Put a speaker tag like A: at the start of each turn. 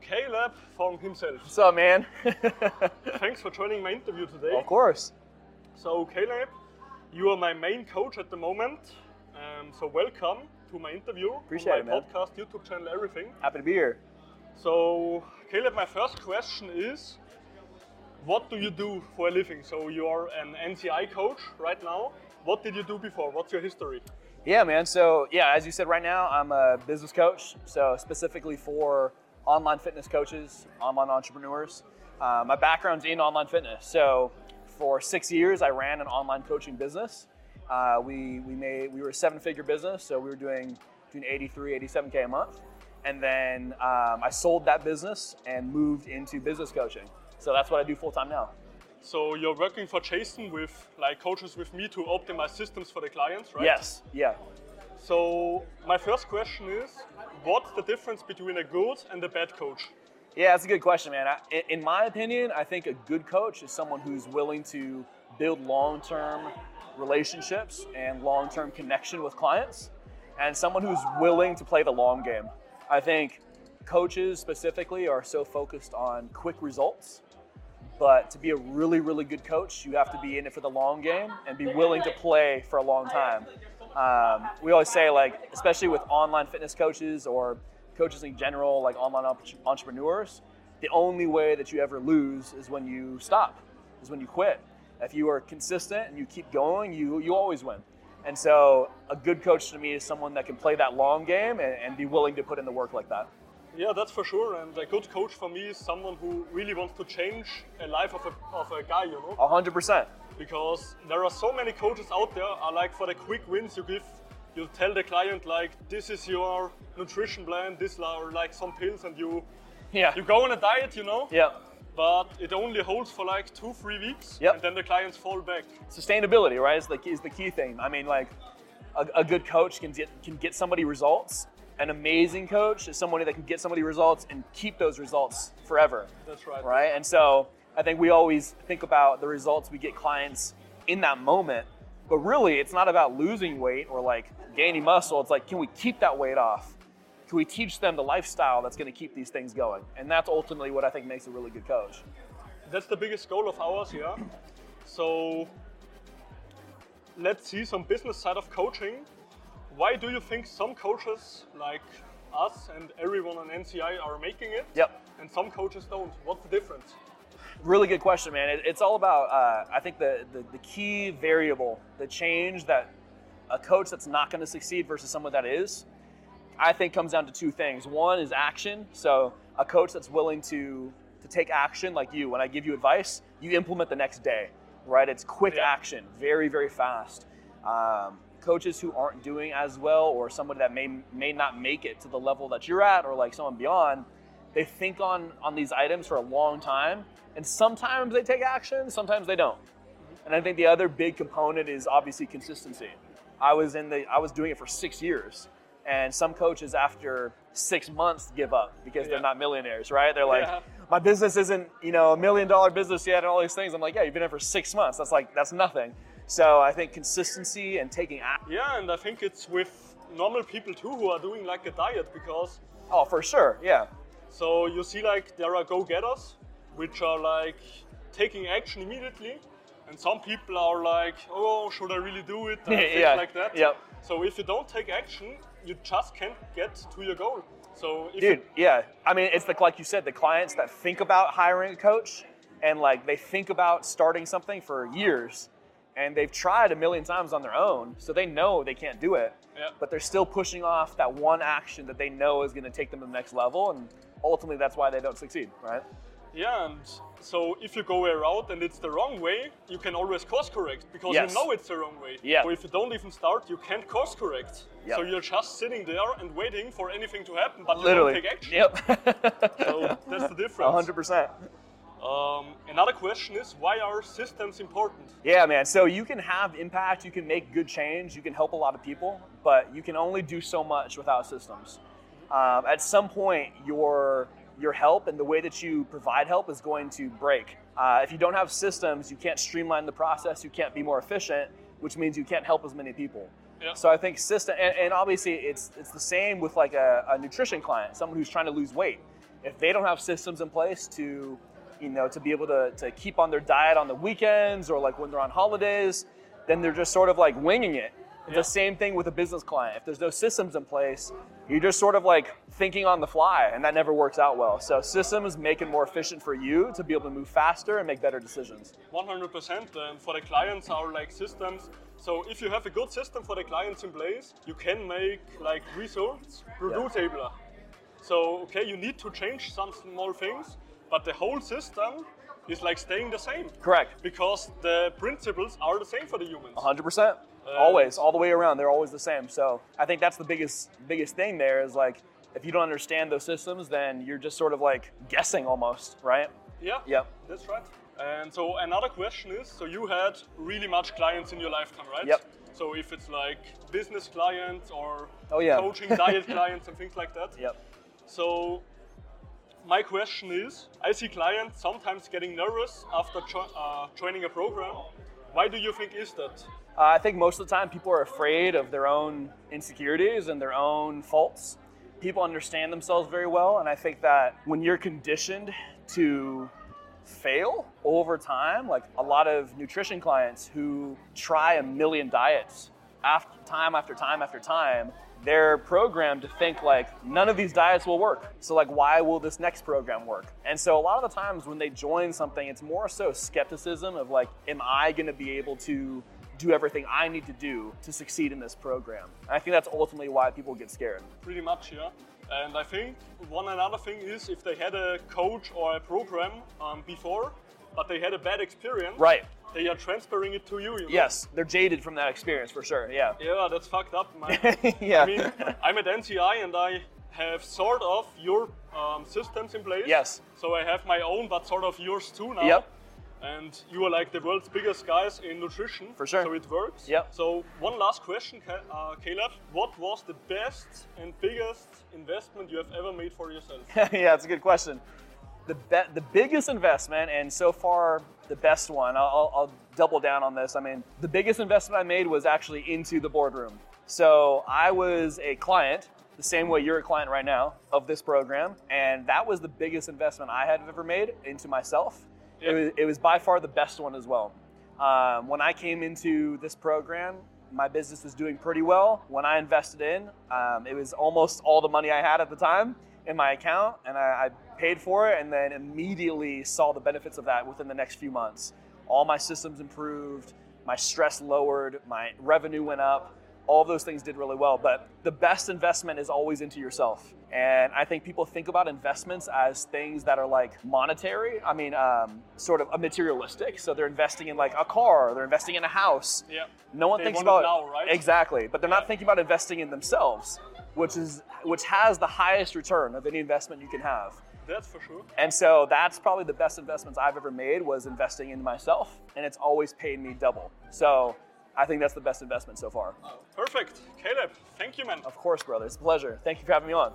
A: Caleb Fong himself.
B: What's up, man?
A: Thanks for joining my interview today.
B: of course.
A: So, Caleb, you are my main coach at the moment. Um, so, welcome to my interview.
B: Appreciate
A: on my
B: it, man.
A: podcast, YouTube channel, everything.
B: Happy to be here.
A: So, Caleb, my first question is what do you do for a living? So, you are an NCI coach right now. What did you do before? What's your history?
B: Yeah, man. So, yeah, as you said, right now I'm a business coach, so specifically for online fitness coaches, online entrepreneurs. Uh, my background's in online fitness. So, for six years, I ran an online coaching business. Uh, we we made we were a seven-figure business, so we were doing doing 83, 87k a month, and then um, I sold that business and moved into business coaching. So that's what I do full time now.
A: So, you're working for Jason with like coaches with me to optimize systems for the clients, right?
B: Yes. Yeah.
A: So my first question is, what's the difference between a good and a bad coach?
B: Yeah, that's a good question, man. I, in- in my opinion, I think a good coach is someone who's willing to build long term relationships and long term connection with clients, and someone who's willing to play the long game. I think coaches specifically are so focused on quick results, but to be a really, really good coach, you have to be in it for the long game and be willing to play for a long time. Um, we always say, like, especially with online fitness coaches or coaches in general, like online op- entrepreneurs, the only way that you ever lose is when you stop, is when you quit. If you are consistent and you keep going, you you always win. And so, a good coach to me is someone that can play that long game and, and be willing to put in the work like that.
A: Yeah, that's for sure. And a good coach for me is someone who really wants to change a life of a, of a guy, you know?
B: hundred percent.
A: Because there are so many coaches out there are like for the quick wins you give, you tell the client like this is your nutrition plan, this are like some pills and you
B: Yeah.
A: you go on a diet, you know?
B: Yeah.
A: But it only holds for like two, three weeks
B: Yep.
A: and then the clients fall back.
B: sustainability, right? Is the key, is the key thing. I mean, like a, a good coach can get can get somebody results. An amazing coach is somebody that can get somebody results and keep those results forever,
A: That's right.
B: right? And so I think we always think about the results we get clients in that moment, but really it's not about losing weight or like gaining muscle. It's like can we keep that weight off? Can we teach them the lifestyle that's going to keep these things going? And that's ultimately what I think makes a really good coach.
A: that's the biggest goal of ours, yeah. So let's see some business side of coaching. Why do you think some coaches like us and everyone on NCI are making it?
B: Yep.
A: And some coaches don't. What's the difference?
B: really good question, man. It, it's all about, uh, I think, the, the, the key variable, the change that a coach that's not going to succeed versus someone that is, I think comes down to two things. One is action. So a coach that's willing to to take action, like you, when I give you advice, you implement the next day, right? It's quick
A: Yeah.
B: action, very very fast. Um, coaches who aren't doing as well, or somebody that may may not make it to the level that you're at, or like someone beyond, they think on on these items for a long time, and sometimes they take action, sometimes they don't. And I think the other big component is obviously consistency. I was in the I was doing it for six years, and some coaches after six months give up because
A: Yeah.
B: they're not millionaires, right? They're like,
A: Yeah.
B: my business isn't you know a million dollar business yet, and all these things. I'm like, yeah, you've been in it for six months. That's like that's nothing. So I think consistency and taking action.
A: Yeah, and I think it's with normal people too who are doing like a diet because
B: Oh, for sure, yeah,
A: So you see, like there are go-getters, which are like taking action immediately, and some people are like, "Oh, should I really do it?" and things
B: Yeah,
A: like that.
B: yep.
A: So if you don't take action, you just can't get to your goal. So if
B: dude,
A: you,
B: yeah. I mean, it's like like you said, the clients that think about hiring a coach and like they think about starting something for years, and they've tried a million times on their own, so they know they can't do it.
A: yeah,
B: but they're still pushing off that one action that they know is going to take them to the next level and ultimately that's why they don't succeed right
A: yeah, and so if you go a route and it's the wrong way, you can always course correct because
B: Yes.
A: you know it's the wrong way.
B: Yeah.
A: So if you don't even start, you can't course correct.
B: Yeah.
A: So you're just sitting there and waiting for anything to happen, but you don't take action.
B: yep
A: So that's the difference.
B: 100%
A: Um, another question is why are systems important?
B: yeah man so you can have impact you can make good change you can help a lot of people but you can only do so much without systems um, at some point your your help and the way that you provide help is going to break uh, if you don't have systems you can't streamline the process you can't be more efficient which means you can't help as many people
A: Yeah.
B: So I think system, and, and obviously it's it's the same with like a, a nutrition client, someone who's trying to lose weight. if they don't have systems in place to you know to be able to, to keep on their diet on the weekends or like when they're on holidays then they're just sort of like winging it it's
A: Yeah.
B: the same thing with a business client if there's no systems in place you're just sort of like thinking on the fly and that never works out well so systems make it more efficient for you to be able to move faster and make better decisions
A: 100% and um, for the clients are like systems so if you have a good system for the clients in place you can make like results reproducible so okay you need to change some small things but the whole system is like staying the same
B: correct
A: because the principles are the same for the humans
B: 100% always all the way around they're always the same so i think that's the biggest biggest thing there is like if you don't understand those systems then you're just sort of like guessing almost right
A: yeah
B: yep
A: that's right and so another question is so you had really much clients in your lifetime right
B: Yep.
A: so if it's like business clients or
B: Oh, yeah.
A: coaching diet clients and things like that
B: yep
A: So, my question is I see clients sometimes getting nervous after jo- uh, joining a program. Why do you think is that?
B: Uh, I think most of the time people are afraid of their own insecurities and their own faults. People understand themselves very well, and I think that when you're conditioned to fail over time, like a lot of nutrition clients who try a million diets after time after time after time, they're programmed to think like none of these diets will work. So like why will this next program work? And so a lot of the times when they join something, it's more so skepticism of like, am I gonna be able to do everything I need to do to succeed in this program? And I think that's ultimately why people get scared.
A: Pretty much, yeah. And I think one another thing is if they had a coach or a program um, before, but they had a bad experience,
B: Right.
A: they are transferring it to you. you know?
B: Yes, they're jaded from that experience for sure. Yeah.
A: Yeah, that's fucked up, man.
B: yeah.
A: I mean, I'm at NCI and I have sort of your um, systems in place.
B: Yes.
A: So I have my own, but sort of yours too now.
B: Yep.
A: And you are like the world's biggest guys in nutrition.
B: For sure.
A: So it works.
B: Yep.
A: So one last question, Ca- uh, Caleb. What was the best and biggest investment you have ever made for yourself?
B: yeah, it's a good question. The be- the biggest investment, and so far the best one. I'll, I'll- I'll double down on this. I mean, the biggest investment I made was actually into the boardroom. So I was a client, the same way you're a client right now of this program, and that was the biggest investment I had ever made into myself.
A: Yeah.
B: It, was, it was by far the best one as well. Um, when I came into this program, my business was doing pretty well. When I invested in, um, it was almost all the money I had at the time in my account, and I, I paid for it, and then immediately saw the benefits of that within the next few months. All my systems improved, my stress lowered, my revenue went up. All those things did really well, but the best investment is always into yourself. And I think people think about investments as things that are like monetary. I mean, um, sort of a materialistic. So they're investing in like a car, they're investing in a house.
A: Yeah.
B: No one
A: They
B: thinks
A: want it
B: about
A: now, right?
B: exactly, but they're not thinking about investing in themselves, which is which has the highest return of any investment you can have.
A: That's for sure.
B: And so that's probably the best investments I've ever made was investing in myself, and it's always paid me double. So I think that's the best investment so far.
A: Perfect. Caleb, thank you, man.
B: Of course, brother, it's a pleasure. Thank you for having me on.